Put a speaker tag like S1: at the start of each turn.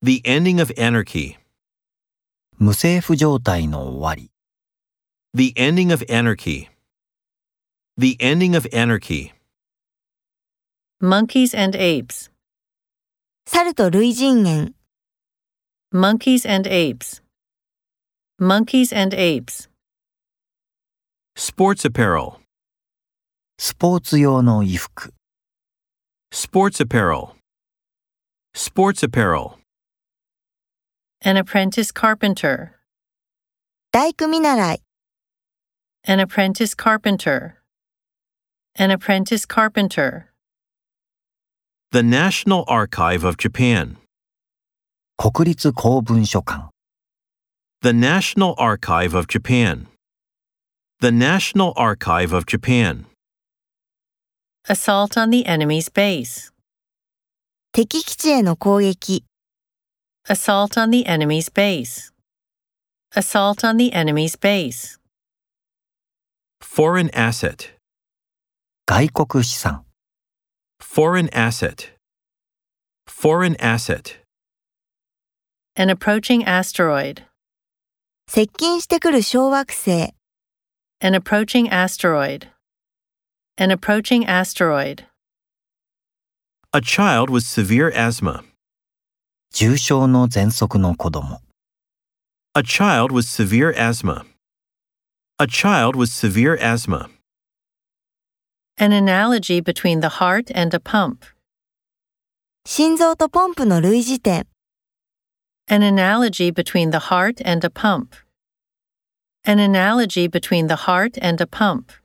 S1: The ending of anarchy.
S2: 無政府状態の終わり、
S1: The ending of anarchy. The ending of anarchy.
S3: Monkeys and apes.
S4: 猿と類人猿、
S3: Monkeys and apes. Monkeys and apes.
S1: Sports apparel.
S2: スポーツ用の衣服、
S1: Sports apparel. Sports apparel.
S3: An apprentice carpenter.
S4: 大工見習い、
S3: An apprentice carpenter. An apprentice carpenter.
S1: The National Archive of Japan.
S2: 国立公文書館、
S1: The National Archive of Japan. The National Archive of Japan.
S3: Assault on the enemy's base.
S4: 敵基地への攻撃、
S3: Assault on the enemy's base. Assault on the enemy's base.
S1: Foreign asset.
S2: 外国資産、
S1: Foreign asset. Foreign asset.
S3: An approaching asteroid.
S4: 接近してくる小惑星、
S3: An approaching asteroid. An approaching asteroid.
S1: A child with severe asthma.
S2: 重症の喘息の子供、
S1: A child with severe asthma. A child with severe asthma.
S3: An analogy between the heart and a pump.
S4: 心臓とポンプの類似点、
S3: An analogy between the heart and a pump. An analogy between the heart and a pump.